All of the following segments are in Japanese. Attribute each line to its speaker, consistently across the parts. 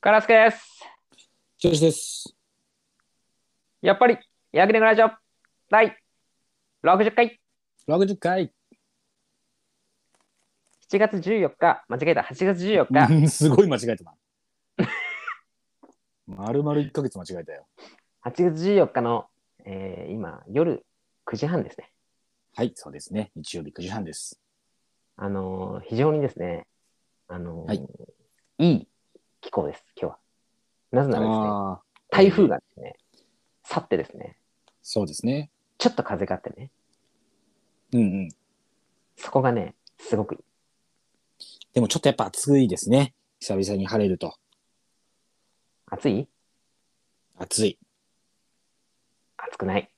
Speaker 1: カラスケです。
Speaker 2: 女子です。
Speaker 1: やっぱり、焼肉ラジオ、第60回、
Speaker 2: 60回。
Speaker 1: 7月14日、間違えた、8月14日、
Speaker 2: うん すごい間違えたな。 まるまる1ヶ月間違えたよ。
Speaker 1: 8月14日の、えー今、夜9時半ですね。
Speaker 2: はい、そうですね。日曜日9時半です。
Speaker 1: あのー非常にですね、あのー
Speaker 2: はい
Speaker 1: い、い気候です、今日は。なぜならですね、
Speaker 2: ああ、
Speaker 1: 台風がですね、去ってですね、
Speaker 2: そうですね。
Speaker 1: ちょっと風があってね、
Speaker 2: うんうん。
Speaker 1: そこがね、すごくいい。
Speaker 2: でもちょっとやっぱ暑いですね。久々に晴れると。
Speaker 1: 暑い
Speaker 2: 暑い。
Speaker 1: 暑くない。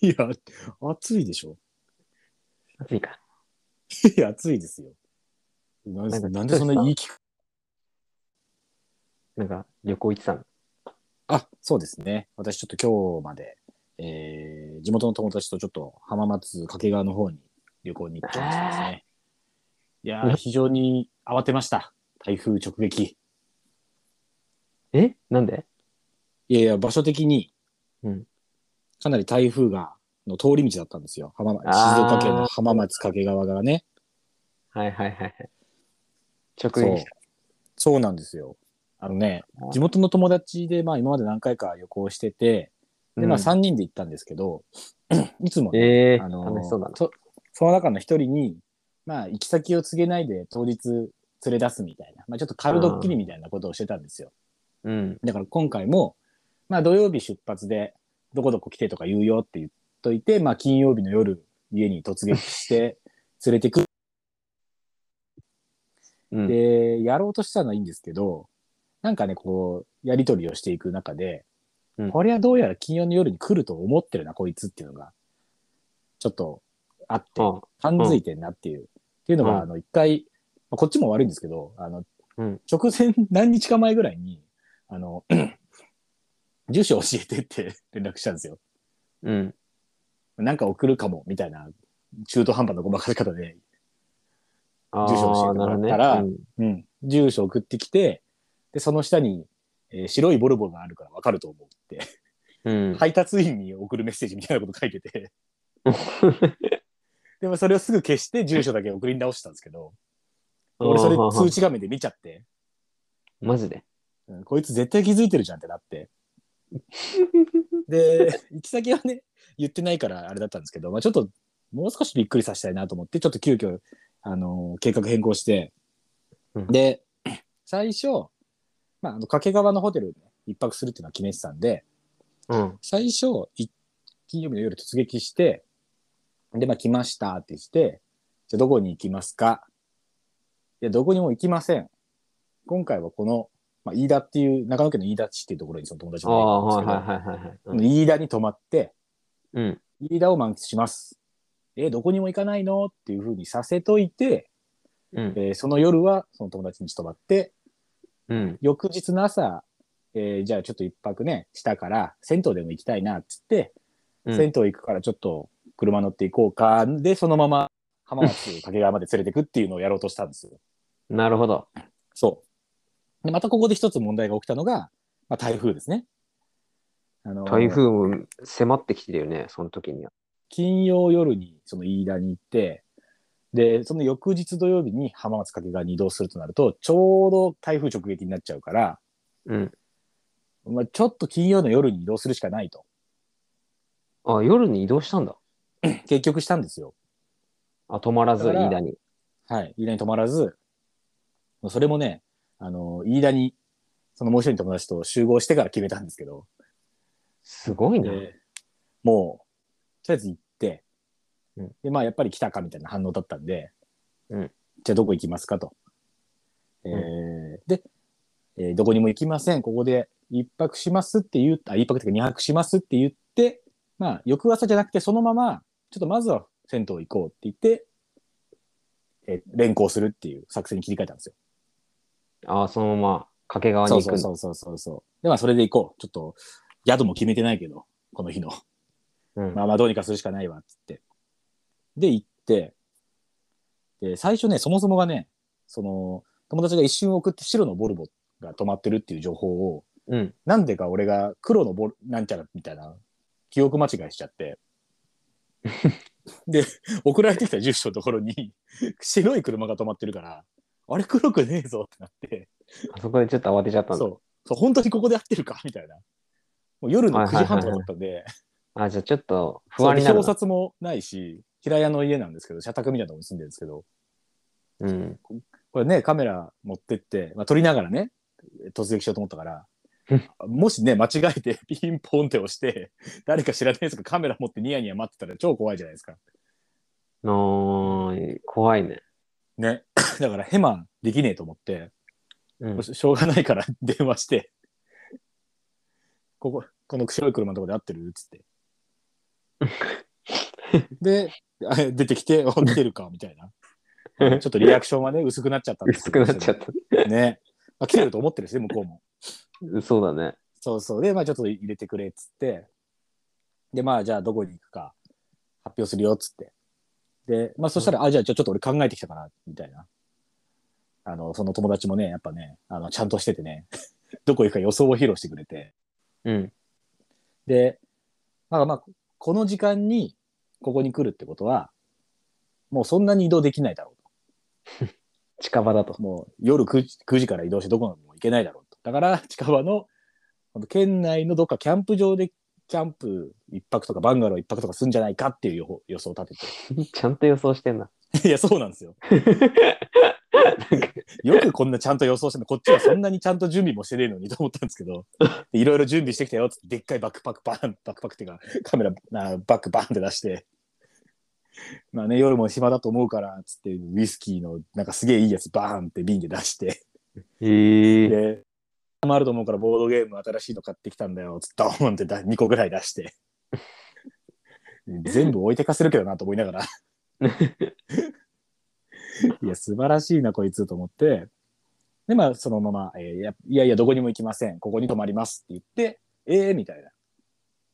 Speaker 2: いや、暑いでしょ。
Speaker 1: 暑いか。
Speaker 2: いや、暑いですよ。なん
Speaker 1: なんか
Speaker 2: なんでそんな言い聞く
Speaker 1: なんか、旅行行ってたの。
Speaker 2: あ、そうですね。私ちょっと今日まで、えー、地元の友達とちょっと浜松掛川の方に旅行に行ってきましたですね。いや
Speaker 1: う
Speaker 2: ー、
Speaker 1: ん
Speaker 2: 非常に慌てました。台風直撃。
Speaker 1: えなんで
Speaker 2: いやいや、場所的に
Speaker 1: うん、
Speaker 2: かなり台風が、の通り道だったんですよ。浜松、
Speaker 1: あー
Speaker 2: 静岡県の浜松掛川がね。
Speaker 1: はいはいはいはい。直
Speaker 2: そ
Speaker 1: 撃
Speaker 2: う
Speaker 1: し。
Speaker 2: そうなんですよ。あのね、地元の友達で、まあ今まで何回か旅行してて、
Speaker 1: た。
Speaker 2: で、まあ
Speaker 1: うん
Speaker 2: 3人で行ったんですけど、 いつもね、
Speaker 1: ええ
Speaker 2: あの
Speaker 1: 楽しそうだな。
Speaker 2: そその中の一人に、まあ、行き先を告げないで当日連れ出すみたいな、まあ、ちょっと軽ドッキリみたいなことをしてたんですよ。
Speaker 1: うん。
Speaker 2: だから今回も、まあ、土曜日出発で、どこどこ来てとか言うよって言っといて、まあ、金曜日の夜、家に突撃して、連れてくっ
Speaker 1: うん、
Speaker 2: て、やろうとしたのはいいんですけど、なんかね、こう、やりとりをしていく中で、
Speaker 1: うん
Speaker 2: これはどうやら金曜の夜に来ると思ってるな、こいつっていうのが、ちょっとあって、
Speaker 1: あ
Speaker 2: 感づいてんなっていう。っていうのが、
Speaker 1: うん
Speaker 2: あの、一回、まあこっちも悪いんですけど、あの、
Speaker 1: うん
Speaker 2: 直前何日か前ぐらいに、あの、 住所教えてって 連絡したんですよ。
Speaker 1: うん。
Speaker 2: なんか送るかも、みたいな、中途半端なごまかし方で、
Speaker 1: あ
Speaker 2: 住所
Speaker 1: ー
Speaker 2: 教えてもらった
Speaker 1: なる
Speaker 2: ら
Speaker 1: ほどね
Speaker 2: うん、住所送ってきて、で、その下に、えー白いボルボがあるからわかると思うって、
Speaker 1: うん。うん
Speaker 2: 配達員に送るメッセージみたいなこと書い てて、でもそれをすぐ消して住所だけ送り直したんですけど、俺それ通知画面で見ちゃって、
Speaker 1: マジで。
Speaker 2: うんこいつ絶対気づいてるじゃんって なって。で、行き先はね、言ってないからあれだったんですけど、まあ、ちょっともう少しびっくりさせたいなと思って、ちょっと急遽、あの計画変更して、
Speaker 1: うん
Speaker 2: で、最初、まあ、あの掛川のホテルに一泊するっていうのは決めてたんで、
Speaker 1: うん。
Speaker 2: 最初、い金曜日の夜突撃して、で、まあ、来ましたってして、じゃあどこに行きますかいや、どこにも行きません。今回はこの、まあ、飯田っていう、長野県の飯田市っていうところにその友達
Speaker 1: あ
Speaker 2: が
Speaker 1: あ、
Speaker 2: 行ったん
Speaker 1: はい
Speaker 2: ですけど、
Speaker 1: はいはいはい。
Speaker 2: この飯田に泊まって、
Speaker 1: うん。
Speaker 2: 飯田を満喫します。え、どこにも行かないのっていうふうにさせといて、
Speaker 1: うん。
Speaker 2: えーその夜はその友達に泊まって、
Speaker 1: うん。
Speaker 2: 翌日の朝、えーじゃあちょっと一泊ね、したから、銭湯でも行きたいな、っつって、
Speaker 1: うん
Speaker 2: 銭湯行くからちょっと車乗って行こうか。で、そのまま浜松掛川まで連れてくっていうのをやろうとした んですよ。
Speaker 1: なるほど。
Speaker 2: そう。で、またここで一つ問題が起きたのが、まあ、台風ですね。あの
Speaker 1: 台風も迫ってきてるよね、その時には。
Speaker 2: 金曜夜にその飯田に行って、で、その翌日土曜日に浜松掛川に移動するとなると、ちょうど台風直撃になっちゃうから、
Speaker 1: うん。
Speaker 2: まあ、ちょっと金曜の夜に移動するしかないと。
Speaker 1: あ、夜に移動したんだ。
Speaker 2: 結局したんですよ。
Speaker 1: あ、止まらず、
Speaker 2: だから
Speaker 1: 飯田に。
Speaker 2: はい。飯田に泊まらず、もうそれもね、あの、飯田に、そのもう一人の友達と集合してから決めたんですけど、
Speaker 1: すごいな。
Speaker 2: でもう、とりあえず行って、
Speaker 1: うん
Speaker 2: で、まあやっぱり来たかみたいな反応だったんで、
Speaker 1: うん
Speaker 2: じゃあどこ行きますかと。えーで、えーどこにも行きません。ここで一泊しますって言う、あ、一泊っていうか二泊しますって言って、まあ翌朝じゃなくてそのまま、ちょっとまずは銭湯行こうって言って、えー連行するっていう作戦に切り替えたんですよ。
Speaker 1: ああ、そのまま、掛川に
Speaker 2: そう
Speaker 1: 行くん
Speaker 2: そう
Speaker 1: だ。
Speaker 2: そうそうそうそう。で、まあそれで行こう。ちょっと、宿も決めてないけど、この日の。
Speaker 1: うん
Speaker 2: まあまあどうにかするしかないわ、つって。で、行って、で、最初ね、そもそもがね、その、友達が一瞬送って白のボルボが止まってるっていう情報を、
Speaker 1: うん。
Speaker 2: なんでか俺が黒のボル、なんちゃらみたいな、記憶間違いしちゃって。で、送られてきた住所のところに、白い車が止まってるから、あれ黒くねえぞってなって、
Speaker 1: あそこでちょっと慌てちゃったんだ。
Speaker 2: そう。そう、本当にここで合ってるかみたいな。もう夜の
Speaker 1: はい
Speaker 2: 9
Speaker 1: はい
Speaker 2: 時
Speaker 1: はいは
Speaker 2: 半
Speaker 1: い
Speaker 2: とかだったんで、
Speaker 1: あ、じゃあちょっと不
Speaker 2: そう
Speaker 1: 安になる
Speaker 2: 表
Speaker 1: な。
Speaker 2: 札もないし、平屋の家なんですけど、社宅みたいなとこに住んでるんですけど、
Speaker 1: うん。
Speaker 2: これね、カメラ持ってって、まあ、撮りながらね、突撃しようと思ったから
Speaker 1: うん、
Speaker 2: もしね、間違えて ピンポンって押して、誰か知らないやつがカメラ持ってニヤニヤ待ってたら超怖いじゃないですか。
Speaker 1: のー怖いね。
Speaker 2: ね。 だからヘマできねえと思って、
Speaker 1: うん。
Speaker 2: しょうがないから 電話して、ここ、この白い車のとこで合ってるっ つって。で、あ出てきて、 あ出てるかみたいな。ちょっとリアクションはね、薄くなっちゃったんです。
Speaker 1: 薄くなっちゃったた。
Speaker 2: ね。まあ、来てると思ってるしね、向こうも。
Speaker 1: そうだね。
Speaker 2: そうそう。で、まあちょっと入れてくれっつって。で、まあじゃあどこに行くか発表するよっつって。で、まあそしたら、あ、じゃあちょちょっと俺考えてきたから、みたいな。あの、その友達もね、やっぱね、あの、ちゃんとしててね、 どこ行くか予想を披露してくれて。
Speaker 1: うん。
Speaker 2: で、まあまあ、この時間にここに来るってことは、もうそんなに移動できないだろう
Speaker 1: 近場だと。
Speaker 2: もう夜 9, 時9時から移動してどこにも行けないだろうと。だから近場の、この県内のどっかキャンプ場でキャンプ一泊とかバンガロー一泊とかするんじゃないかっていう予報予想を立
Speaker 1: ちゃんと予想してんな。
Speaker 2: てて。いや、そうなんですよ。よくこんなちゃんと予想してんのこっちはそんなにちゃんと準備もしてねえのにと思ったんですけど、でいろいろ準備してきたよっつって、でっかいバックパックバーン、バックパックっていうか、カメラあバックバーンって出して、まあね、夜も暇だと思うから、つって、ウイスキーのなんかすげえいいやつバーンって瓶で出して、
Speaker 1: へえ。
Speaker 2: で、余ると思うからボードゲーム新しいの買ってきたんだよ。つってドーンってだ2個ぐらい出して。全部置いてかせるけどなと思いながら。いや、素晴らしいな、こいつと思って。で、まあ、そのまま、えーいやいやいや、どこにも行きません。ここに泊まりますって言って、ええー、みたいな。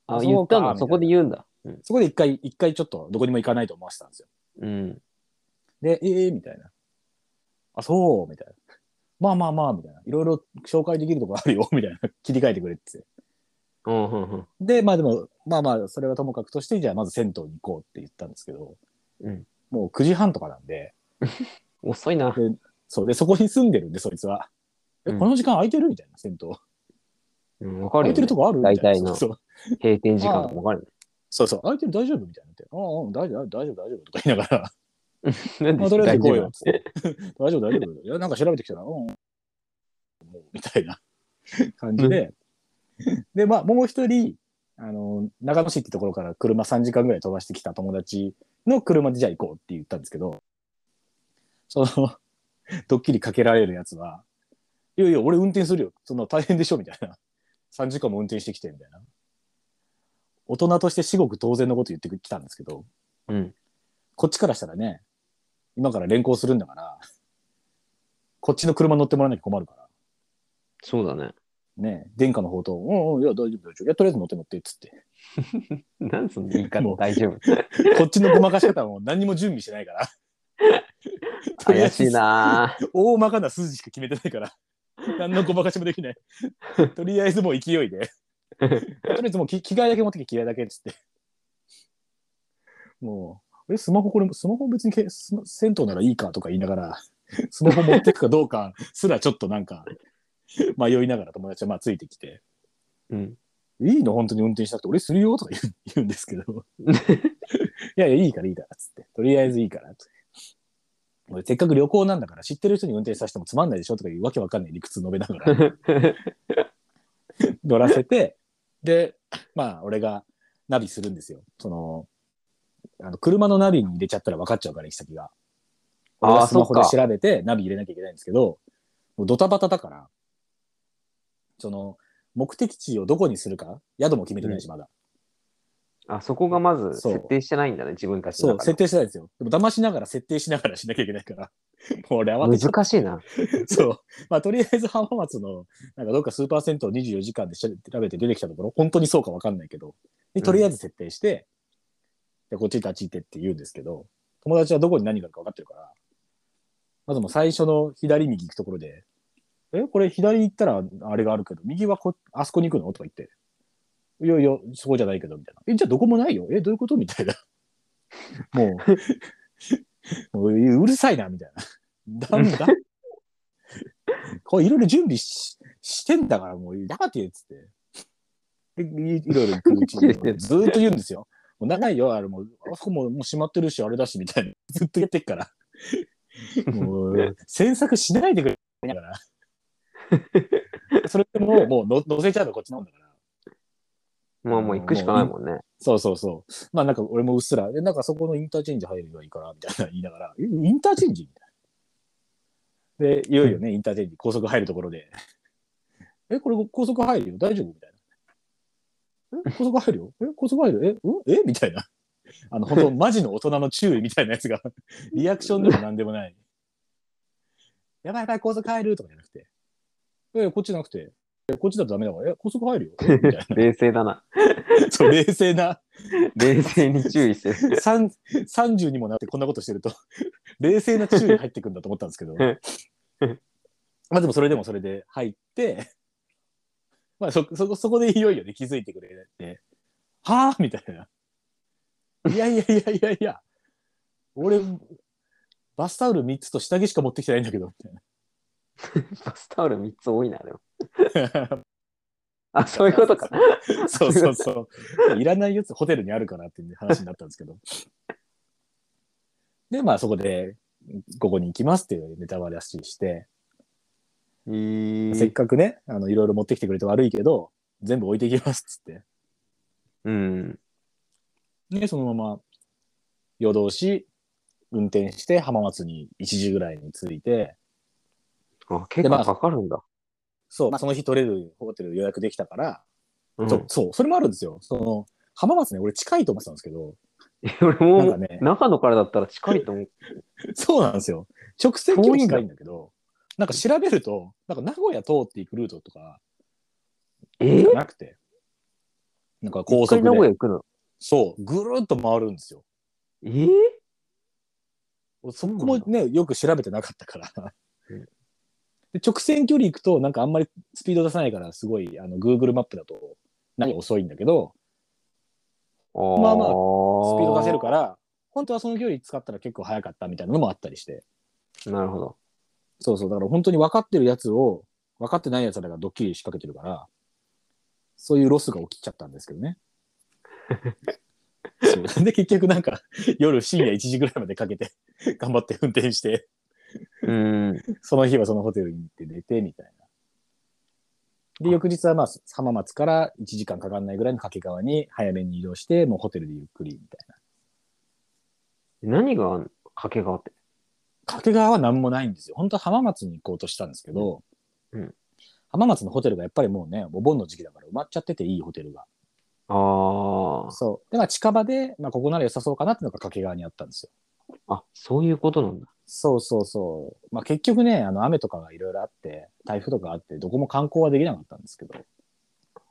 Speaker 1: あ、
Speaker 2: そ
Speaker 1: 言
Speaker 2: う
Speaker 1: った
Speaker 2: かみたい
Speaker 1: の
Speaker 2: な
Speaker 1: そこで言うんだ。うん。
Speaker 2: そこで一回、一回ちょっとどこにも行かないと思わせたんですよ。
Speaker 1: うん。
Speaker 2: で、ええみたいな。あ、そう、みたいな。まあまあまあ、みたいな。いろいろ紹介できるとこあるよ、みたいな。切り替えてくれって。
Speaker 1: うんうんうん
Speaker 2: で、まあでも、まあまあ、それはともかくとして、じゃあまず銭湯に行こうって言ったんですけど、
Speaker 1: うん
Speaker 2: もう9時半とかなんで、
Speaker 1: 遅いな。
Speaker 2: そう、で、そこに住んでるんで、そいつは。え、
Speaker 1: うん
Speaker 2: この時間空いてるみたいな、銭湯。
Speaker 1: うん、わかる
Speaker 2: 空
Speaker 1: よ、
Speaker 2: いてると
Speaker 1: ね。
Speaker 2: こあるみたいな。
Speaker 1: 大体の
Speaker 2: そう
Speaker 1: 閉店時間とかわかる、
Speaker 2: そうそう、空いてる大丈夫みたいになって。ああ、うん大丈夫、大丈夫、大丈夫とか言いながら、
Speaker 1: ね。なん
Speaker 2: まあ、
Speaker 1: で
Speaker 2: とりあえず行こう
Speaker 1: 大丈
Speaker 2: よっつって。 大丈夫、大丈夫。いや、なんか調べてきたら、うん、もう、みたいな感じで。 で、まあ、もう一人、あの、長野市ってところから車3時間ぐらい飛ばしてきた友達の車でじゃあ行こうって言ったんですけど、その、 ドッキリかけられるやつは、いやいや、俺運転するよ。そんな大変でしょみたいな。3時間も運転してきて、みたいな。大人として至極当然のこと言ってきたんですけど、
Speaker 1: 夫うん。
Speaker 2: こっちからしたらね、今から連行するんだから、こっちの車乗ってもらわなきゃ困るから、
Speaker 1: そうだね。
Speaker 2: ね、殿下の宝刀、うんうん、いや、大丈夫、大丈夫。いや、とりあえず乗って乗って、っつって。
Speaker 1: なんその言い方
Speaker 2: もう
Speaker 1: 大丈 夫。
Speaker 2: こっちのごまかし方も何にも準備してないから。とりあえ
Speaker 1: 怪
Speaker 2: ず
Speaker 1: しいな
Speaker 2: 大まかな数字しか決めてないから、何のごまかしもできない。とりあえずもう勢いで。とりあえずもう着着替えだけ持ってきて着替えだけっつって。もう、え、スマホこれ、スマホ別にけスマ銭湯ならいいかとか言いながら、スマホ持ってくかどうかすらちょっとなんか、迷いながら友達はまあついてきて、
Speaker 1: うん。
Speaker 2: いいの本当に運転したって、俺するよとか言う 言うんですけど、いやいや、いいからいいからっつって、とりあえずいいからっつって。俺せっかく旅行なんだから知ってる人に運転させてもつまんないでしょとかいうわけわかんない理屈述べなが ら乗らせて、で、まあ俺がナビするんですよ。その、あの車のナビに入れちゃったら分かっちゃうから行き先が。
Speaker 1: あー
Speaker 2: 俺がスマホで
Speaker 1: そっか
Speaker 2: 調べてナビ入れなきゃいけないんですけど、もうドタバタだから、その目的地をどこにするか、宿も決めてないしまだ。
Speaker 1: あそこがまず
Speaker 2: そう
Speaker 1: 設定してないんだね、自分たち
Speaker 2: そ
Speaker 1: の
Speaker 2: う、
Speaker 1: 中で。
Speaker 2: 設定してないんですよ。でも騙しながら設定しながらしなきゃいけないから。 もう俺慌てちゃっ
Speaker 1: 難しいな。
Speaker 2: て。そう。まあ、とりあえず浜松の、なんかどっかスーパー銭湯24時間で調べて出てきたところ、本当にそうかわかんないけど。で、とりあえず設定して、で、こっちに立ち入ってって言うんですけど、友達はどこに何があるか分かってるから、まずもう最初の左右行くところで、え、これ左行ったらあれがあるけど、右はこ、あそこに行くのとか言って、いやいや、そこじゃないけど、みたいな。え、じゃあどこもないよ。え、どういうことみたいな。 も う、もううるさいな、みたいな。だん だん。こういろいろ準備ししてんだから、もう、だかって言えっつって。で、いい ろいろ行くうちに、ずーっと言うんですよ。もう長いよ、あれもう、あそこももう閉まってるし、あれだし、みたいな。ずっと言ってっから。もう、詮索しないでくれ。だから。それでも、もうの、乗せちゃうの、こっちの方だから。
Speaker 1: まあもう行くしかないもんね。
Speaker 2: そうそうそう。まあなんか俺もうっすら、え、なんかそこのインターチェンジ入ればいいから、みたいな言いながら、えインターチェンジみたいな。で、いよいよね、インターチェンジ、高速入るところで、 え、これ高速入るよ、大丈夫みたいな。え、高速入るよ、え、高速入るえ、うんえみたいな。あの、本当マジの大人の注意みたいなやつが、リアクションでもなんでもない。やばいやばい、高速入るとかじゃなくて、え、こっちじゃなくて、えこっちだとダメだから、え、高速入るよえみたいな。
Speaker 1: 冷静だな。
Speaker 2: そう、冷静な。
Speaker 1: 冷静に注意してる。
Speaker 2: 三30にもなってこんなことしてると 冷静な注意入ってくんだと思ったんですけどまあでもそれでもそれで入って まあそそこそこでいよいよね気づいてくれて「はあ?」みたいな「いやいやいやいやいや俺バスタオル3つと下着しか持ってきてないんだけど」 み
Speaker 1: バスタオル3つ多いな、 でも。
Speaker 2: たいな。
Speaker 1: あ、そういうことか。
Speaker 2: そうそうそう。いらないやつホテルにあるからっていう話になったんですけど。で、まあそこで、ここに行きますっていうネタバレしして、
Speaker 1: えー
Speaker 2: せっかくね、あの、いろいろ持ってきてくれて悪いけど、全部置いていきますっつっ
Speaker 1: うん。
Speaker 2: て。で、そのまま夜通し、運転して浜松に1時ぐらいに着いて、
Speaker 1: あ、結構かかるんだ。
Speaker 2: そう、まあ、その日取れるホテル予約できたから、
Speaker 1: うん
Speaker 2: そう、そう、それもあるんですよ。その、浜松ね、俺近いと思ってたんですけ ど、
Speaker 1: え 俺
Speaker 2: な
Speaker 1: も
Speaker 2: んかね
Speaker 1: 中野からだったら近いと思 う。
Speaker 2: そうなんですよ。直線距
Speaker 1: 遠い
Speaker 2: 離
Speaker 1: んだ
Speaker 2: 近いんだけど、なんか調べると、なんか名古屋通っていくルートとか
Speaker 1: え
Speaker 2: じ
Speaker 1: ー
Speaker 2: ゃなくて、なんか高
Speaker 1: 一
Speaker 2: 速
Speaker 1: 回名古屋
Speaker 2: で、
Speaker 1: 行くの
Speaker 2: そう、ぐるーっと回るんですよ。
Speaker 1: えー
Speaker 2: そこもね、よく調べてなかったから
Speaker 1: うん。
Speaker 2: で直線距離行くと、なんかあんまりスピード出さないから、すごい、あの、Google マップだと、何か遅いんだけど、まあまあスピード出せる
Speaker 1: ら。
Speaker 2: から、本当はその距離使ったら結構早かったみたいなのもあったりして。
Speaker 1: なるほど。
Speaker 2: そうそう。だから本当に分かってるやつを、分かってないやつらがドッキリ仕掛けてるから、そういうロスが起きちゃったんですけ どね。そうで、結局なんか、夜深夜1時ぐらいまでかけて、頑張って運転して、
Speaker 1: うん。
Speaker 2: その日はそのホテルに行って寝て、みたいな。で、翌日はまあ、浜松から1時間かかんないぐらいの掛川に早めに移動して、もうホテルでゆっくり、みたいな。
Speaker 1: 何があんの掛川って。
Speaker 2: 掛川は何もないんですよ。本当は浜松に行こうとしたんですけど、
Speaker 1: うん
Speaker 2: 浜松のホテルがやっぱりもうね、お盆の時期だから埋まっちゃってていいホテルが。
Speaker 1: あ
Speaker 2: そう。で、まあ近場で、まあここなら良さそうかなっていうのが掛川にあったんですよ。
Speaker 1: あ。あ、そういうことなんだ。
Speaker 2: そうそうそう。まあ結局ね、あの雨とかがいろいろあって、台風とかあって、どこも観光はできなかったんですけど、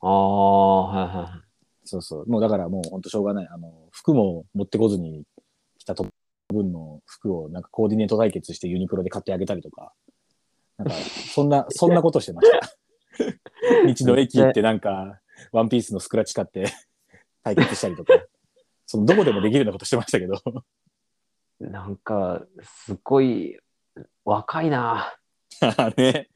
Speaker 1: ああ、はいはいはい。
Speaker 2: そうそう。もうだからもう本当しょうがない。あの、服も持ってこずに来たと分の服をなんかコーディネート対決してユニクロで買ってあげたりとか、なんかそんな、そんなことしてました。道の駅行ってなんか、ワンピースのスクラッチ買って対決したりとか、そのどこでもできるようなことしてましたけど。
Speaker 1: なんか、すごい、若いな。
Speaker 2: ね。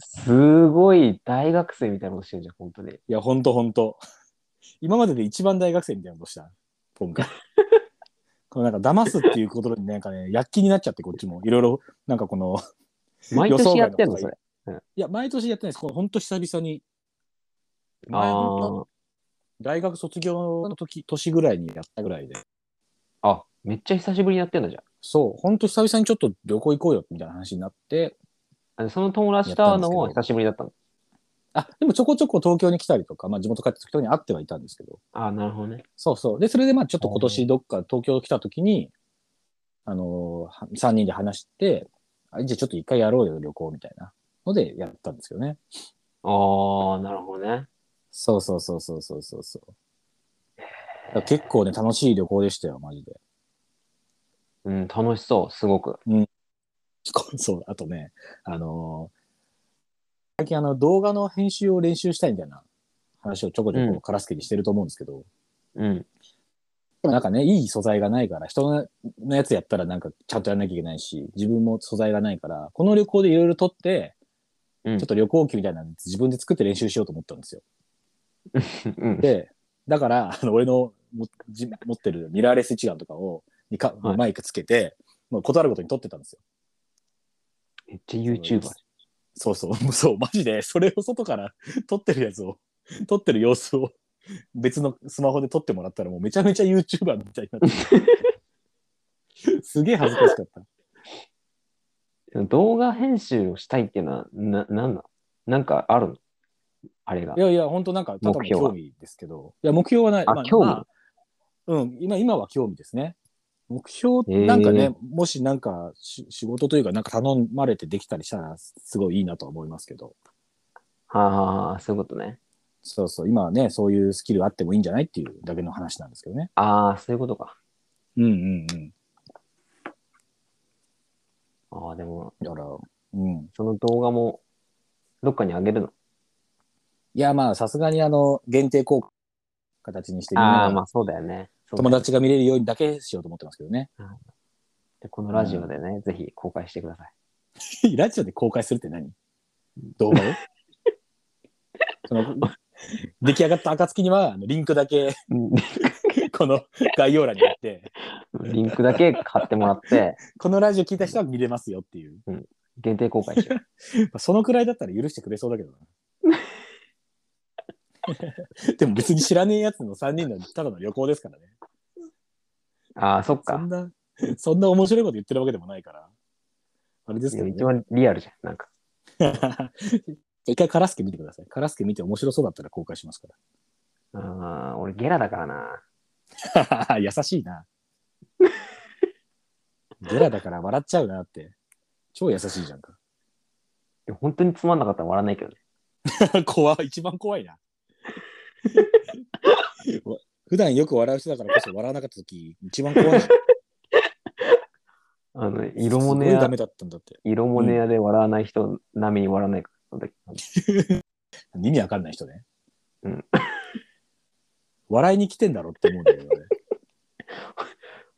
Speaker 1: すごい大学生みたいなことしてるじゃん、本当に。
Speaker 2: いや、ほんとほんと。今までで一番大学生みたいなことした。今回。このなんか騙すっていうことになんかね、躍起になっちゃって、こっちも。いろいろ、なんかこの、
Speaker 1: 毎
Speaker 2: 予想
Speaker 1: 年
Speaker 2: 外
Speaker 1: やってんの、
Speaker 2: こと
Speaker 1: そ
Speaker 2: が
Speaker 1: れ。
Speaker 2: いや、毎年やってないです。この本当久々に。
Speaker 1: あ
Speaker 2: 前の
Speaker 1: ー
Speaker 2: 大学卒業の時、年ぐらいにやったぐらいで。
Speaker 1: あ、めっちゃ久しぶりにやってんだじゃん。
Speaker 2: そう、本当久々にちょっと旅行行こうよ、みたいな話になって。
Speaker 1: あのその友達と会うのも久しぶりだったの。
Speaker 2: あ、でもちょこちょこ東京に来たりとか、まあ地元帰った時に会ってはいたんですけど。
Speaker 1: あーなるほどね。
Speaker 2: そうそう。で、それでまあちょっと今年どっか東京来た時に、あのー、3人で話して、あじゃあちょっと一回やろうよ、旅行みたいなのでやったんですよね。
Speaker 1: ああ、なるほどね。
Speaker 2: そうそうそうそうそうそうそう。だから結構ね、楽しい旅行でしたよ、マジで。
Speaker 1: うん、楽しそう、すごく。
Speaker 2: そう、あとね、あのー最近あの動画の編集を練習したいみたいな話をちょこちょ
Speaker 1: うん
Speaker 2: こカラスケにしてると思うんですけど、
Speaker 1: うん。
Speaker 2: でもなんかね、いい素材がないから、人のやつやったらなんかちゃんとやらなきゃいけないし、自分も素材がないから、この旅行でいろいろ撮って、
Speaker 1: うん
Speaker 2: ちょっと旅行機みたいなの自分で作って練習しようと思ったんですよ。
Speaker 1: うん。
Speaker 2: で、だから、あの俺のもじ持ってるミラーレス一眼とかを、にか
Speaker 1: はい
Speaker 2: マイクつけて、もう断ることに撮ってたんですよ。
Speaker 1: めっちゃ YouTuber。
Speaker 2: そうそう、 もうそう、マジで、それを外から 撮ってるやつを、 撮ってる様子を、別のスマホで撮ってもらったら、もうめちゃめちゃ YouTuber みたいになって。 すげえ恥ずかしかった。
Speaker 1: 動画編集をしたいっていうのは、な、なんなんなんかあるのあれが
Speaker 2: い。やいや、本当なんか、ただの
Speaker 1: 目標は
Speaker 2: 興味ですけど。いや、目標はない。
Speaker 1: あ
Speaker 2: ま
Speaker 1: 興味
Speaker 2: まあうん、今、今は興味ですね。目標、なんか
Speaker 1: へ
Speaker 2: ね
Speaker 1: ー、
Speaker 2: もしなんかし、仕事というか、なんか頼まれてできたりしたら、すごいいいなとは思いますけど。
Speaker 1: はあ、はあはあ、そういうことね。
Speaker 2: そうそう、今はね、そういうスキルあってもいいんじゃないっていうだけの話なんですけどね。
Speaker 1: ああ、そういうことか。
Speaker 2: うんうんうん。
Speaker 1: ああ、でも、
Speaker 2: だから、うん。
Speaker 1: その動画も、どっかにあげるの
Speaker 2: いや、まあ、さすがに、あの、限定公開、形にしてみん
Speaker 1: あ
Speaker 2: な
Speaker 1: あ、ま
Speaker 2: が、
Speaker 1: あそうだよね。そうだ
Speaker 2: 友
Speaker 1: よね
Speaker 2: 達が見れるようにだけしようと思ってますけど ね。
Speaker 1: でこのラジオでね、ぜひ公開してください。
Speaker 2: ラジオで公開するって何動画を その出来上がった暁には、あのリンクだけ、 この概要欄に貼って、
Speaker 1: リンクだけ買ってもら って、
Speaker 2: このラジオ聞いた人は見れますよっていう。
Speaker 1: 限定公開しよ
Speaker 2: まあそのくらいだったら許してくれそうだけど な。でも別に知らねえやつの3人のただの旅行ですからね。
Speaker 1: う。ああ、そっ
Speaker 2: そ
Speaker 1: か
Speaker 2: ん。な、 そんな面白いこと言ってるわけでもないから。あれです
Speaker 1: い
Speaker 2: け
Speaker 1: や
Speaker 2: ど、ね、
Speaker 1: 一番リアルじゃん。なんか。
Speaker 2: 一回カラスケ見てください。カラスケ見て面白そうだったら公開しますか
Speaker 1: ああ、俺ゲラだからな。
Speaker 2: ら。 優しいな。 ゲラだから笑っちゃうなって。超優しいじゃ んか。
Speaker 1: でも本当につまんなかったら笑わないけどね。
Speaker 2: 怖い。一番怖いな。 普段よく笑う人だからこそ笑わなかった時、一番怖い。
Speaker 1: あの、 色物
Speaker 2: すごいダ
Speaker 1: や
Speaker 2: メ、だったんだって。
Speaker 1: 色物屋で笑わない人並みに笑わないから。その時
Speaker 2: 意味わかんない人ね。
Speaker 1: うん
Speaker 2: 笑いに来てんだろって思うんだけどね。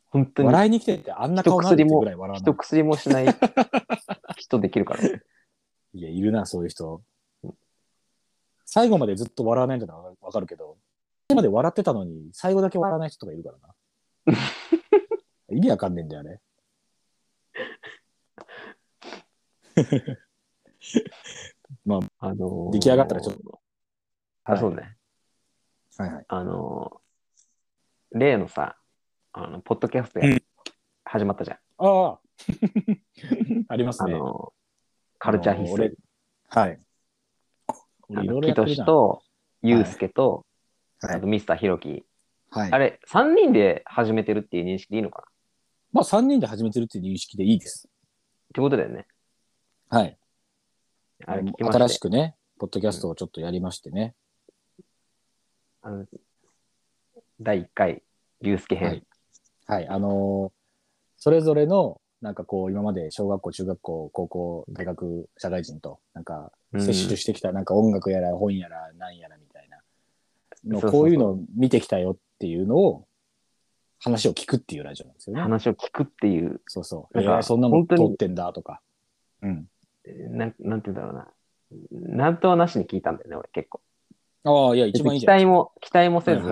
Speaker 1: 本当に
Speaker 2: 笑いに来てってあんな顔なんだってぐらい笑わな
Speaker 1: 一
Speaker 2: い。
Speaker 1: 薬も しない人できるから。
Speaker 2: いや、いるな、そういう人。最後までずっと笑わないんだったらわかるけど、最後まで笑ってたのに、最後だけ笑わない人とかいるからな。 意味わかんねえんだよね。
Speaker 1: あのー
Speaker 2: 出来上がったらちょっ
Speaker 1: と。あ、そうね。
Speaker 2: はいはい。
Speaker 1: あのー例のさ、あの、ポッドキャストや、
Speaker 2: う
Speaker 1: 始まったじゃん。
Speaker 2: あああります
Speaker 1: あ
Speaker 2: ね。
Speaker 1: のーカルチャー
Speaker 2: あの
Speaker 1: 必
Speaker 2: 俺
Speaker 1: 須。
Speaker 2: はい。
Speaker 1: あ
Speaker 2: 俺いろ
Speaker 1: の
Speaker 2: いろ
Speaker 1: キ
Speaker 2: やって
Speaker 1: ト
Speaker 2: るじ
Speaker 1: シ
Speaker 2: ゃん。
Speaker 1: と、ユウスケと、
Speaker 2: はい
Speaker 1: あとミスターヒロキ。
Speaker 2: はい
Speaker 1: あれ、3人で始めてるっていう認識でいいのかなっ
Speaker 2: まあ、3人で始めてるっていう認識でいいです。
Speaker 1: てことだよね。
Speaker 2: はい。
Speaker 1: あれ聞きま
Speaker 2: 新
Speaker 1: し。
Speaker 2: したくね、ポッドキャストをちょっとやりましてね。
Speaker 1: あの第1回、ユウスケ編。
Speaker 2: はいはい、あのーそれぞれの、なんかこう、今まで小学校、中学校、高校、大学、社会人と、なんか、
Speaker 1: うん
Speaker 2: 摂取してきた、なんか音楽やら本やらなんやらみたいなの、
Speaker 1: そうそうそう
Speaker 2: こういうのを見てきたよっていうのを、話を聞くっていうラジオなんですよね。
Speaker 1: 話を聞くっていう、
Speaker 2: そうそう。
Speaker 1: なんか
Speaker 2: えーそんなもん
Speaker 1: 本当
Speaker 2: 撮
Speaker 1: に
Speaker 2: ってんだとか。うん。
Speaker 1: なんなんて言うんだろうな。なんとはなしに聞いたんだよね、俺結構。
Speaker 2: ああ、いや、一番いい
Speaker 1: 期
Speaker 2: じゃん。
Speaker 1: 待も、期待もせず、
Speaker 2: はい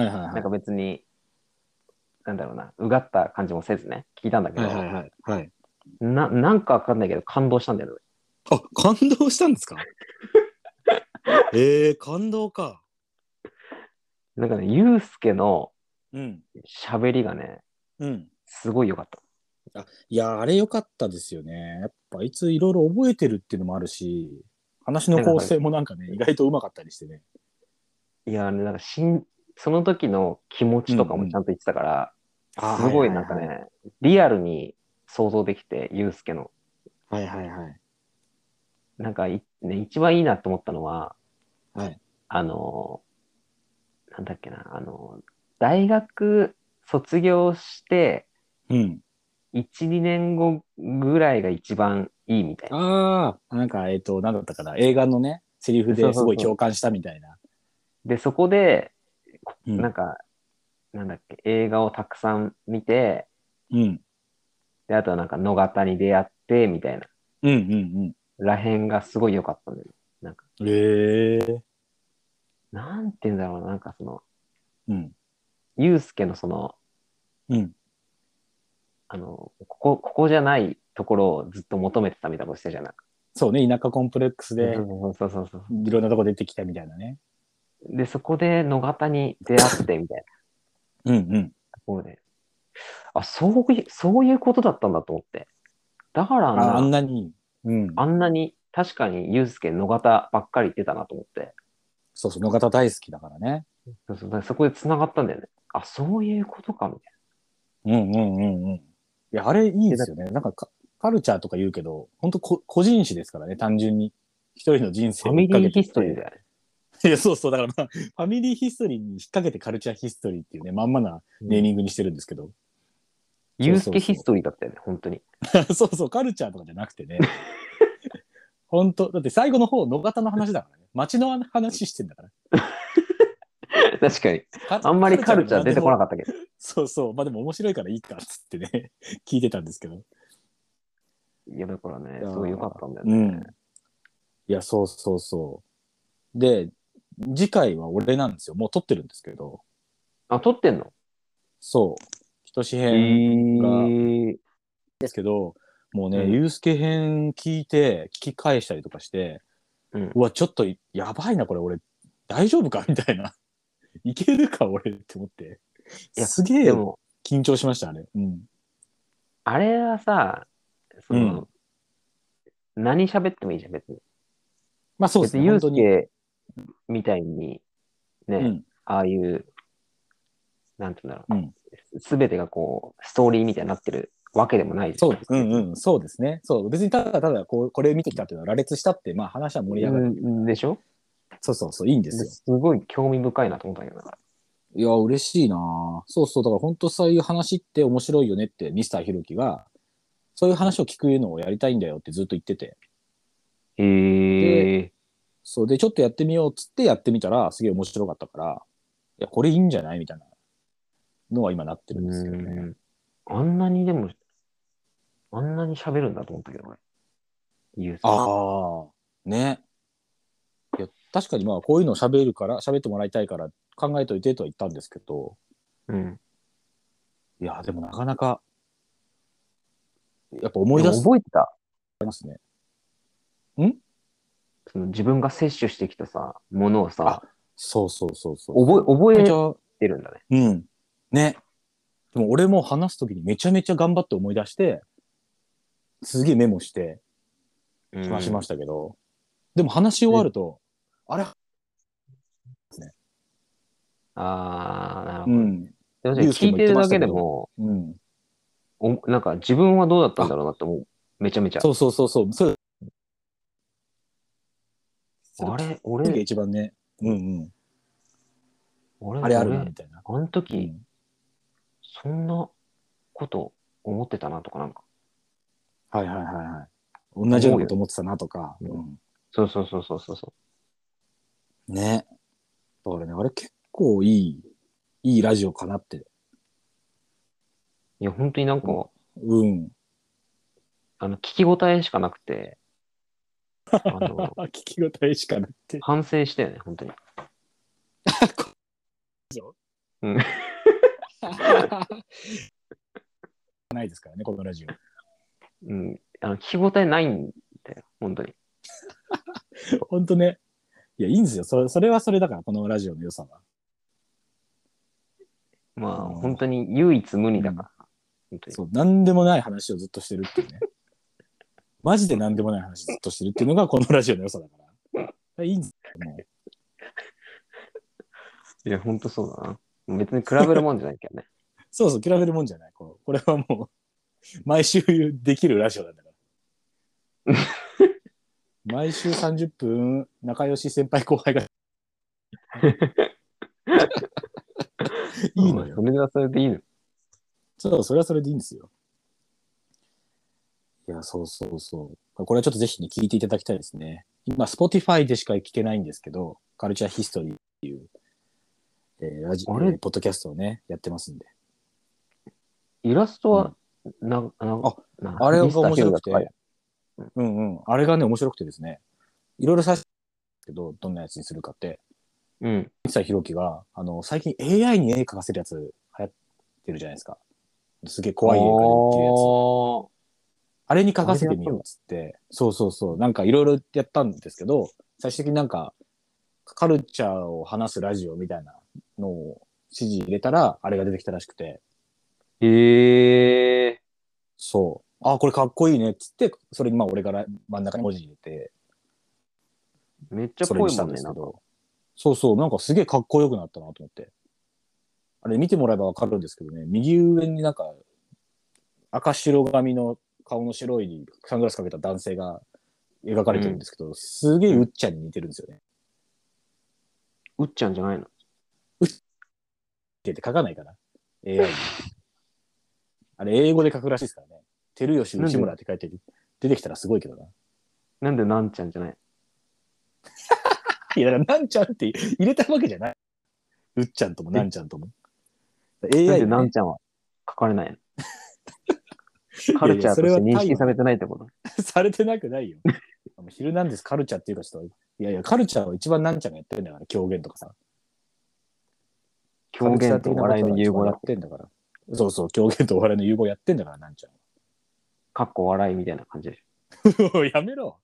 Speaker 2: はいはいはい
Speaker 1: なんか別に、なんだろうな、うがった感じもせずね、聞いたんだけど、
Speaker 2: はいはいはいはい。はい。
Speaker 1: ななんかわかんないけど、感動したんだよね。
Speaker 2: あ、感動したんで すかええ感動か。
Speaker 1: なんかね、ユうスケの
Speaker 2: うん。
Speaker 1: 喋りがね、
Speaker 2: うん。
Speaker 1: すごい良かった。
Speaker 2: いや、あれ良かったですよね。やっぱ、あいついろいろ覚えてるっていうのもあるし、話の構成もなんかね、意外とうまかったりしてね。
Speaker 1: いやーね、なんかしん、その時の気持ちとかもちゃんと言ってたから、
Speaker 2: あー
Speaker 1: すごいなんかね、。リアルに想像できて、ユうスケの。
Speaker 2: はいはいはい。
Speaker 1: なんかい、ね、一番いいなと思ったのは、
Speaker 2: はい
Speaker 1: あのー、なんだっけな、あのー、大学卒業して、
Speaker 2: うん。
Speaker 1: 1、2年後ぐらいが一番いいみたいな。
Speaker 2: ああ、なんか、えっ、と、なんだったかな、映画のね、セリフですごい共感したみたいな。
Speaker 1: で、そこで、
Speaker 2: うん
Speaker 1: なんか、なんだっけ、映画をたくさん見て、
Speaker 2: うん。
Speaker 1: で、あとはなんか野方に出会って、みたいな。
Speaker 2: うんうん
Speaker 1: らへんがすごい良かったんだよ。
Speaker 2: うん。へえ。
Speaker 1: なんて言うんだろうな、なんかその、
Speaker 2: うん。
Speaker 1: ゆうすけのその、
Speaker 2: うん。
Speaker 1: あの、ここ、ここじゃないところをずっと求めてたみたいなことしてたじゃんない
Speaker 2: そうね、田舎コンプレックスで、
Speaker 1: そうそうそう。
Speaker 2: いろんなとこ出てきたみたいなね。
Speaker 1: で、そこで野方に出会って、みたいな
Speaker 2: うんうん。
Speaker 1: ところで。あ、そういう、そういうことだったんだと思って。だからな
Speaker 2: ああんなに。うん。
Speaker 1: あんなに、確かにユうスケ、野方ばっかり言ってたなと思って。
Speaker 2: そうそう、野方大好きだからね。
Speaker 1: そうそうだからそこで繋がったんだよね。あ、そういうことか、みたい
Speaker 2: うんうんうんうん。いや、あれいいですよね。なんかかカルチャーとか言うけど、本当こ個人誌ですからね、単純に。一人の人生
Speaker 1: な。
Speaker 2: を
Speaker 1: ファミ
Speaker 2: 追っか
Speaker 1: リ
Speaker 2: け
Speaker 1: ー
Speaker 2: て
Speaker 1: ヒストリーだよね。
Speaker 2: いや、そうそう。だから、まあ、ファミリーヒストリーに引っ掛けてカルチャーヒストリーっていうね、まんまなネーミングにしてるんですけど。
Speaker 1: ユうスケヒストリーだったよね、本当に。
Speaker 2: そうそう、カルチャーとかじゃなくてね。本当だって最後の方、野方の話だからね。街の話してんだから。
Speaker 1: 確かに。あんまりカルチャー出てこな
Speaker 2: かっ
Speaker 1: かったけど。
Speaker 2: た。そうそう。まあでも面白いからいいかっつってね、聞いてたんですけど。
Speaker 1: いや、だからね
Speaker 2: い、やー
Speaker 1: すごい良かったんだよ
Speaker 2: う
Speaker 1: ね。
Speaker 2: ん。いや、そうそうそう。で、次回は俺なんですよ。もう撮ってるんですけど。
Speaker 1: あ、撮ってんの
Speaker 2: そう。人志
Speaker 1: え
Speaker 2: 編
Speaker 1: ー、
Speaker 2: ですけど、もうね、
Speaker 1: うん
Speaker 2: ユうスケ編聞いて、聞き返したりとかして、
Speaker 1: うん
Speaker 2: うわ、ちょっとやばいな、これ、俺、大丈夫かみたいな。 いけるか、俺って思って。
Speaker 1: いや
Speaker 2: すげえ
Speaker 1: でも、
Speaker 2: 緊張しました、あれ。うん。
Speaker 1: あれはさ、その、何喋ってもいいじゃん、別に。
Speaker 2: まあ、そうです
Speaker 1: 別
Speaker 2: ね、
Speaker 1: にユ
Speaker 2: 本
Speaker 1: う
Speaker 2: 当
Speaker 1: ス
Speaker 2: に。
Speaker 1: ケみたいに、ね、
Speaker 2: うん
Speaker 1: ああいう、なんていうんだろう、
Speaker 2: うん
Speaker 1: すべてがこう、ストーリーみたいになってるわけでもないじゃ
Speaker 2: そ
Speaker 1: ん
Speaker 2: う、うんうん、そうですね。そう、別にただただこう、これ見てきたっていうのは羅列したって、まあ話は盛り上がる。
Speaker 1: うんでしょ
Speaker 2: そうそうそう、いいんですよ。
Speaker 1: すごい興味深いなと思ったけどな。
Speaker 2: いや、嬉しいなそうそう、だから本当そういう話って面白いよねって、ミスターひろきが、そういう話を聞くのをやりたいんだよってずっと言ってて。
Speaker 1: へえ。
Speaker 2: そうで、ちょっとやってみようっつってやってみたら、すげえ面白かったから、いや、これいいんじゃないみたいなのは今なってるんですけどね。
Speaker 1: うんあんなにでも、あんなに喋るんだと思ったけど、俺。ユースケ
Speaker 2: ああ、ね。いや、確かにまあ、こういうの喋るから、喋ってもらいたいから考えといてとは言ったんですけど、
Speaker 1: うん。
Speaker 2: いや、でもなかなか、やっぱ思い
Speaker 1: で
Speaker 2: 出
Speaker 1: も
Speaker 2: す
Speaker 1: 覚えてた
Speaker 2: ますね。
Speaker 1: その自分が摂取してきたさ、ものをさ、
Speaker 2: そうそうそうそう。
Speaker 1: 覚え、覚
Speaker 2: じ
Speaker 1: え
Speaker 2: ゃあ
Speaker 1: てるんだね。
Speaker 2: うん。ね。でも俺も話すときにめちゃめちゃ頑張って思い出して、すげえメモして、話しましたけど、でも話し終わると、あれ、
Speaker 1: ああ、なるほ
Speaker 2: う
Speaker 1: ど。
Speaker 2: ん、
Speaker 1: でもそれ
Speaker 2: ユースケ
Speaker 1: 聞い
Speaker 2: も
Speaker 1: て
Speaker 2: 言って
Speaker 1: る
Speaker 2: ま
Speaker 1: だ
Speaker 2: した
Speaker 1: け
Speaker 2: けど
Speaker 1: でも、
Speaker 2: うん。
Speaker 1: おなんか自分はどうだったんだろうなって思う。めちゃめちゃ。
Speaker 2: そうそうそうそう、それ、
Speaker 1: あれ、
Speaker 2: それが
Speaker 1: 俺、
Speaker 2: 一番ね、うんうん、
Speaker 1: 俺、
Speaker 2: あれあるな、
Speaker 1: 俺
Speaker 2: みたいな。
Speaker 1: あの
Speaker 2: う
Speaker 1: 時、
Speaker 2: ん
Speaker 1: そんなこと思ってたなとか、なんか。
Speaker 2: はいはいはいはい。同じようなこと思ってたなとか、
Speaker 1: 思うよ
Speaker 2: うん
Speaker 1: そうそうそうそうそうそ
Speaker 2: ね。だからね、あれ結構いい、いいラジオかなって。
Speaker 1: う。いや、本当になんか、
Speaker 2: うんうん。
Speaker 1: あの、聞き応えしかなくて、あの、
Speaker 2: あ、聞き応えしかなくて。
Speaker 1: 反省したよね、本当に。うん。
Speaker 2: ないですからね、このラジオ。
Speaker 1: うん。あの、聞き応えないんだよ、本当に。
Speaker 2: ほんとね。いや、いいんですよ。そそれはそれだから、このラジオの良さは。
Speaker 1: まあ、
Speaker 2: うん
Speaker 1: 本当に唯一無二だから。本当に。
Speaker 2: そう、なんでもない話をずっとしてるっていうね。マジでなんでもない話ずっとしてるっていうのがこのラジオの良さだから。いいんですよ、もう
Speaker 1: いや、本当そうだな。別に比べるもんじゃないけ どね。
Speaker 2: そうそう、比べるもんじゃない。こうこれはもう、毎週できるラジオなんだから。毎週30分、仲良し先輩後輩が。いいの
Speaker 1: う
Speaker 2: よ。
Speaker 1: んそれはそれでいいの。
Speaker 2: そう、それはそれでいいんですよ。いや、そうそうそう。これはちょっとぜひね、聞いていただきたいですね。今、Spotify でしか聞けないんですけど、カルチャーヒストリーっていう、えーラジ
Speaker 1: あれ
Speaker 2: えーポッドキャストをね、やってますんで。
Speaker 1: イラストは、な、な、
Speaker 2: あ
Speaker 1: な
Speaker 2: あれが
Speaker 1: ミスター
Speaker 2: 面白く
Speaker 1: ヒルが描い
Speaker 2: て
Speaker 1: た。
Speaker 2: うんうん。あれがね、面白くてですね。いろいろさせてけど、どんなやつにするかって。
Speaker 1: うん。
Speaker 2: 三沢宏樹が、あの、最近 AI に絵描かせるやつ流行ってるじゃないですか。すげえ怖い絵描いてるやつ。あれに書かせてみようっつって、そうそうそう、なんかいろいろやったんですけど、最終的になんか、カルチャーを話すラジオみたいなのを指示入れたら、あれが出てきたらしくて、
Speaker 1: つ。へえ
Speaker 2: そう、あ、これかっこいいねっつって、それにまあ俺がら真ん中に文字入れて、
Speaker 1: ー。めっちゃ
Speaker 2: それ
Speaker 1: 濃
Speaker 2: に
Speaker 1: い
Speaker 2: した
Speaker 1: も
Speaker 2: ん
Speaker 1: ん
Speaker 2: で
Speaker 1: ね、
Speaker 2: す
Speaker 1: な
Speaker 2: け
Speaker 1: んか。
Speaker 2: ど、そうそう、なんかすげえかっこよくなったなと思って。あれ見てもらえばわかるんですけどね、右上になんか、赤白髪の顔の白いサングラスかけた男性が描かれてるんですけど、すげえうっちゃんに似てるんですよね。
Speaker 1: うっちゃんじゃないの。
Speaker 2: って書かないから。AI に。あれ、英語で書くらしいですからね。照吉内村って書いてる出てきたらすごいけどな。
Speaker 1: なんでなんちゃんじゃない
Speaker 2: いや、だから、なんちゃんって入れたわけじゃない。うっちゃんともなんちゃんとも。AI
Speaker 1: なんで
Speaker 2: ね
Speaker 1: なんちゃんは書かれないのカルチャーとして認識されてないってこと
Speaker 2: されてなくないよ。あのヒルナンデスカルチャーっていうかちょっと、いやいや、カルチャーは一番なんちゃんがやってるんだから、狂言とかさ。
Speaker 1: 狂言とお笑いの融合だ
Speaker 2: やっ。てんだから。そうそう、狂言とお笑いの融合やってんだから、なんちゃん
Speaker 1: かっこ笑いみたいな感じでし
Speaker 2: は。 やめろ。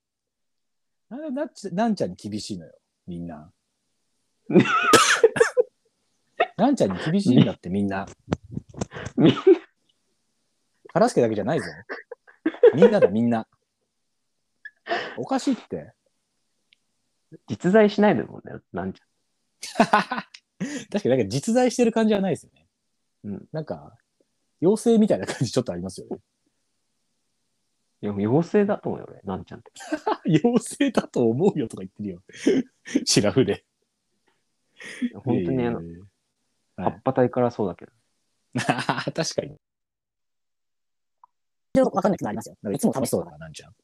Speaker 2: なんでなっちなんちゃんに厳しいのよ、みん な。なんちゃんに厳しいんだって、みんな。
Speaker 1: みんな。
Speaker 2: 原助だけじゃないぞ。みんなだ、みんな。おかしいって。
Speaker 1: ょ。実在しないでもんね、なんち
Speaker 2: 確かになんか実在してる感じはないですよね。
Speaker 1: うん。
Speaker 2: なんか、妖精みたいな感じちょっとありますよね。
Speaker 1: ゃん。いや、妖精だと思うよ、俺、なんちゃんって。
Speaker 2: 妖精だと思うよとか言ってるよ。 白筆。
Speaker 1: 本当にあの、
Speaker 2: はい
Speaker 1: 葉っぱ体からそうだけど。
Speaker 2: 確かに。
Speaker 3: わかんなくなりますよ。
Speaker 2: いつも楽しそうだな、なんちゃん。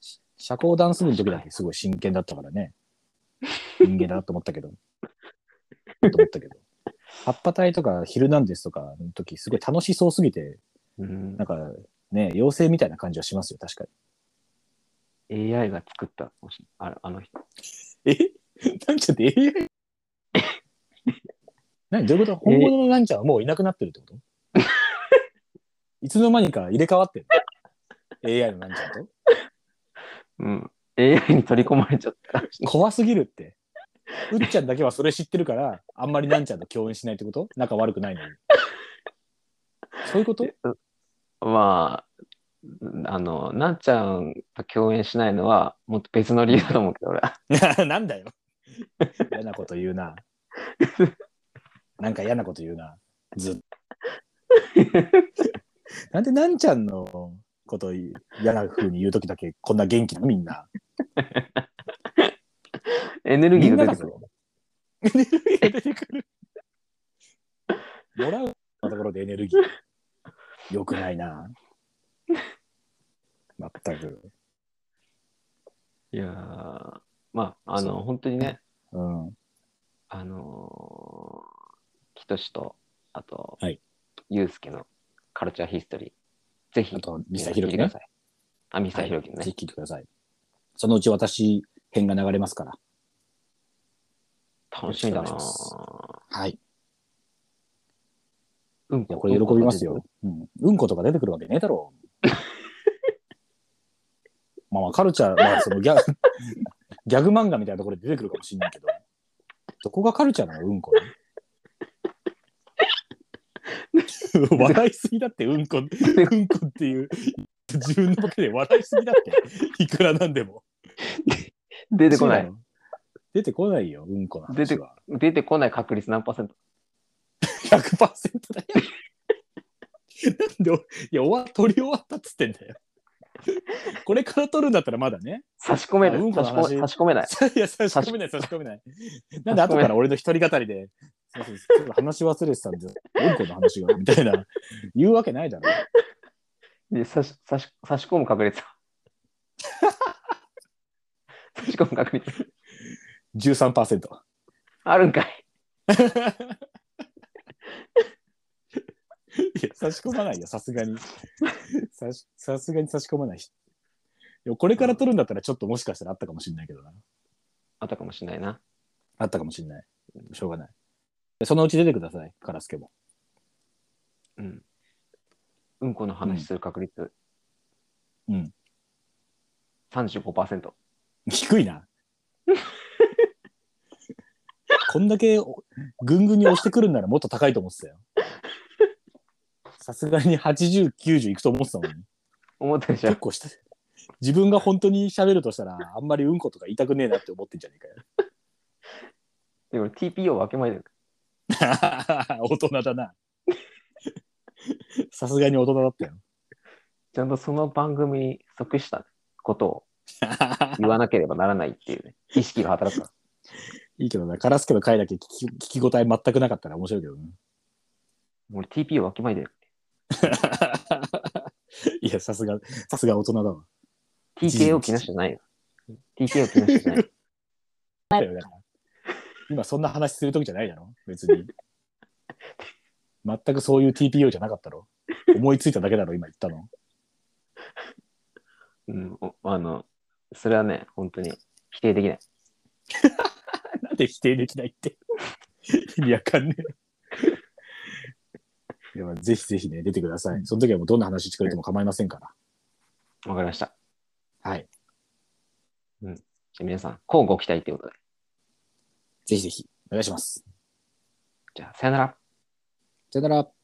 Speaker 2: し社交ダンス部の時だけすごい真剣だったから ね。人間だなと思ったけど。 と思ったけど。葉っぱ隊とか、ヒルナンデスとかの時、すごい楽しそうすぎて、
Speaker 1: うん
Speaker 2: なんかね、妖精みたいな感じはしますよ、確か
Speaker 1: AI が作ったかもしれないあれあの人。
Speaker 2: に。え なんちゃんって AI? 何どういうこと本物のなんちゃんはもういなくなってるってこと いつの間にか入れ替わってる ?AI のなんちゃんと
Speaker 1: うん。AI に取り込まれちゃった。
Speaker 2: 怖すぎるって。うっちゃんだけはそれ知ってるから、あんまりなんちゃんと共演しないってこと仲悪くないのに。そういうこと
Speaker 1: まあ、あの、なんちゃんと共演しないのは、もっと別の理由だと思うけど、俺は。
Speaker 2: なんだよ。嫌なこと言うな。なんか嫌なこと言うな。ずっ と。なんでなんちゃんのこと嫌な風に言うときだけこんな元気なのみんな。
Speaker 1: エネルギ
Speaker 2: み
Speaker 1: ー
Speaker 2: ん
Speaker 1: が
Speaker 2: な
Speaker 1: 出
Speaker 2: が
Speaker 1: てくる。
Speaker 2: エネルギーが出てくる。もらうところでエネルギー。よくないな。まったく。
Speaker 1: いやーまあ、あ
Speaker 2: そ
Speaker 1: の、
Speaker 2: う
Speaker 1: 本当にね、
Speaker 2: うん。
Speaker 1: あのー、きとしと、あと、
Speaker 2: はい
Speaker 1: ゆうすけのカルチャーヒストリー、ぜひ
Speaker 2: あ、と、ミサヒ
Speaker 1: 聞い
Speaker 2: ロ
Speaker 1: て
Speaker 2: キ
Speaker 1: くだ
Speaker 2: ね。
Speaker 1: さい。あ、ミサヒロキの
Speaker 2: ぜ
Speaker 1: ね。
Speaker 2: ひ聞いてください。そのうち私編が流れますから。
Speaker 1: 楽しみだな
Speaker 2: よろしくお
Speaker 1: ー
Speaker 2: はい。
Speaker 1: うん
Speaker 2: いや、これ喜びますよ。。うん。うんことか出てくるわけねえだろ う。まあまあ、カルチャー、まあ、そのギャ、 ギャグ漫画みたいなところで出てくるかもしれないけど、どこがカルチャーなのうんこね 笑いすぎだって、うんこ、うんこっていう、自分のボケで笑いすぎだって、いくらなんでも。
Speaker 1: 出てこな
Speaker 2: そう
Speaker 1: い。
Speaker 2: の。出てこないよ、うんこの
Speaker 1: 出て
Speaker 2: 話は。
Speaker 1: 出てこない確率何パーセント
Speaker 2: 100%だよ。なんでお、いや、終わ、撮り終わったっつってんだよ。これから撮るんだったらまだね。
Speaker 1: 差し込める
Speaker 2: あうんこ
Speaker 1: 差
Speaker 2: の
Speaker 1: し込
Speaker 2: 話
Speaker 1: め差し込めない。
Speaker 2: いや、差し込めない、差し込めない。なんで後から俺の一人語りで、すいませんちょっと話忘れてたんで、うんこの話が、みたいな、言うわけないだろ。
Speaker 1: で差し差し差し込む確 率は差し込む確率
Speaker 2: 13%。
Speaker 1: あるんかい
Speaker 2: いや、差し込まないよ、さすがに。さしさすがに差し込まないし。いやこれから取るんだったら、ちょっともしかしたらあったかもしれないけどな。
Speaker 1: あったかもしれないな。
Speaker 2: あったかもしれない。しょうがない。でそのうち出てください、カラスケも。
Speaker 1: うん。うんこの話する確率。
Speaker 2: うん。
Speaker 1: 35%。
Speaker 2: 低いな。 こんだけおぐんぐんに押してくるんならもっと高いと思ってたよ。さすがに80、90いくと思ってたもん、ね、
Speaker 1: 思ったでしょ
Speaker 2: 結。構した。自分が本当に喋るとしたら、あんまりうんことか言いたくねえなって思ってんじゃねえかよ。
Speaker 1: でも TPO 分け前だよ。
Speaker 2: 大人だな。さすがに大人だったよ。
Speaker 1: ちゃんとその番組に即したことを言わなければならないっていうね、意識が働くから。
Speaker 2: いいけどな、カラスケの回だけ聞き聞き応え全くなかったら面白いけどね。
Speaker 1: 俺 TPO 分け前だよ。
Speaker 2: いや、さすが、さすが大人だわ。
Speaker 1: TKO 木下じゃないよ。TKO 木下じゃない。
Speaker 2: だよだから今そんな話する時じゃないだろ別に。全くそういう TPO じゃなかったろ思いついただけだろ今言ったの。
Speaker 1: うん、おあの、それはね、本当に否定できない。
Speaker 2: なんで否定できないって。意味わかんねえ。ではぜひぜひね、出てください。その時はもうどんな話してくれても構いませんから。
Speaker 1: わかりました。
Speaker 2: はい。
Speaker 1: じゃあ皆さん、乞うご期待ということで。
Speaker 2: ぜひぜひ、お願いします。
Speaker 1: じゃあ、さよなら。
Speaker 2: さよなら。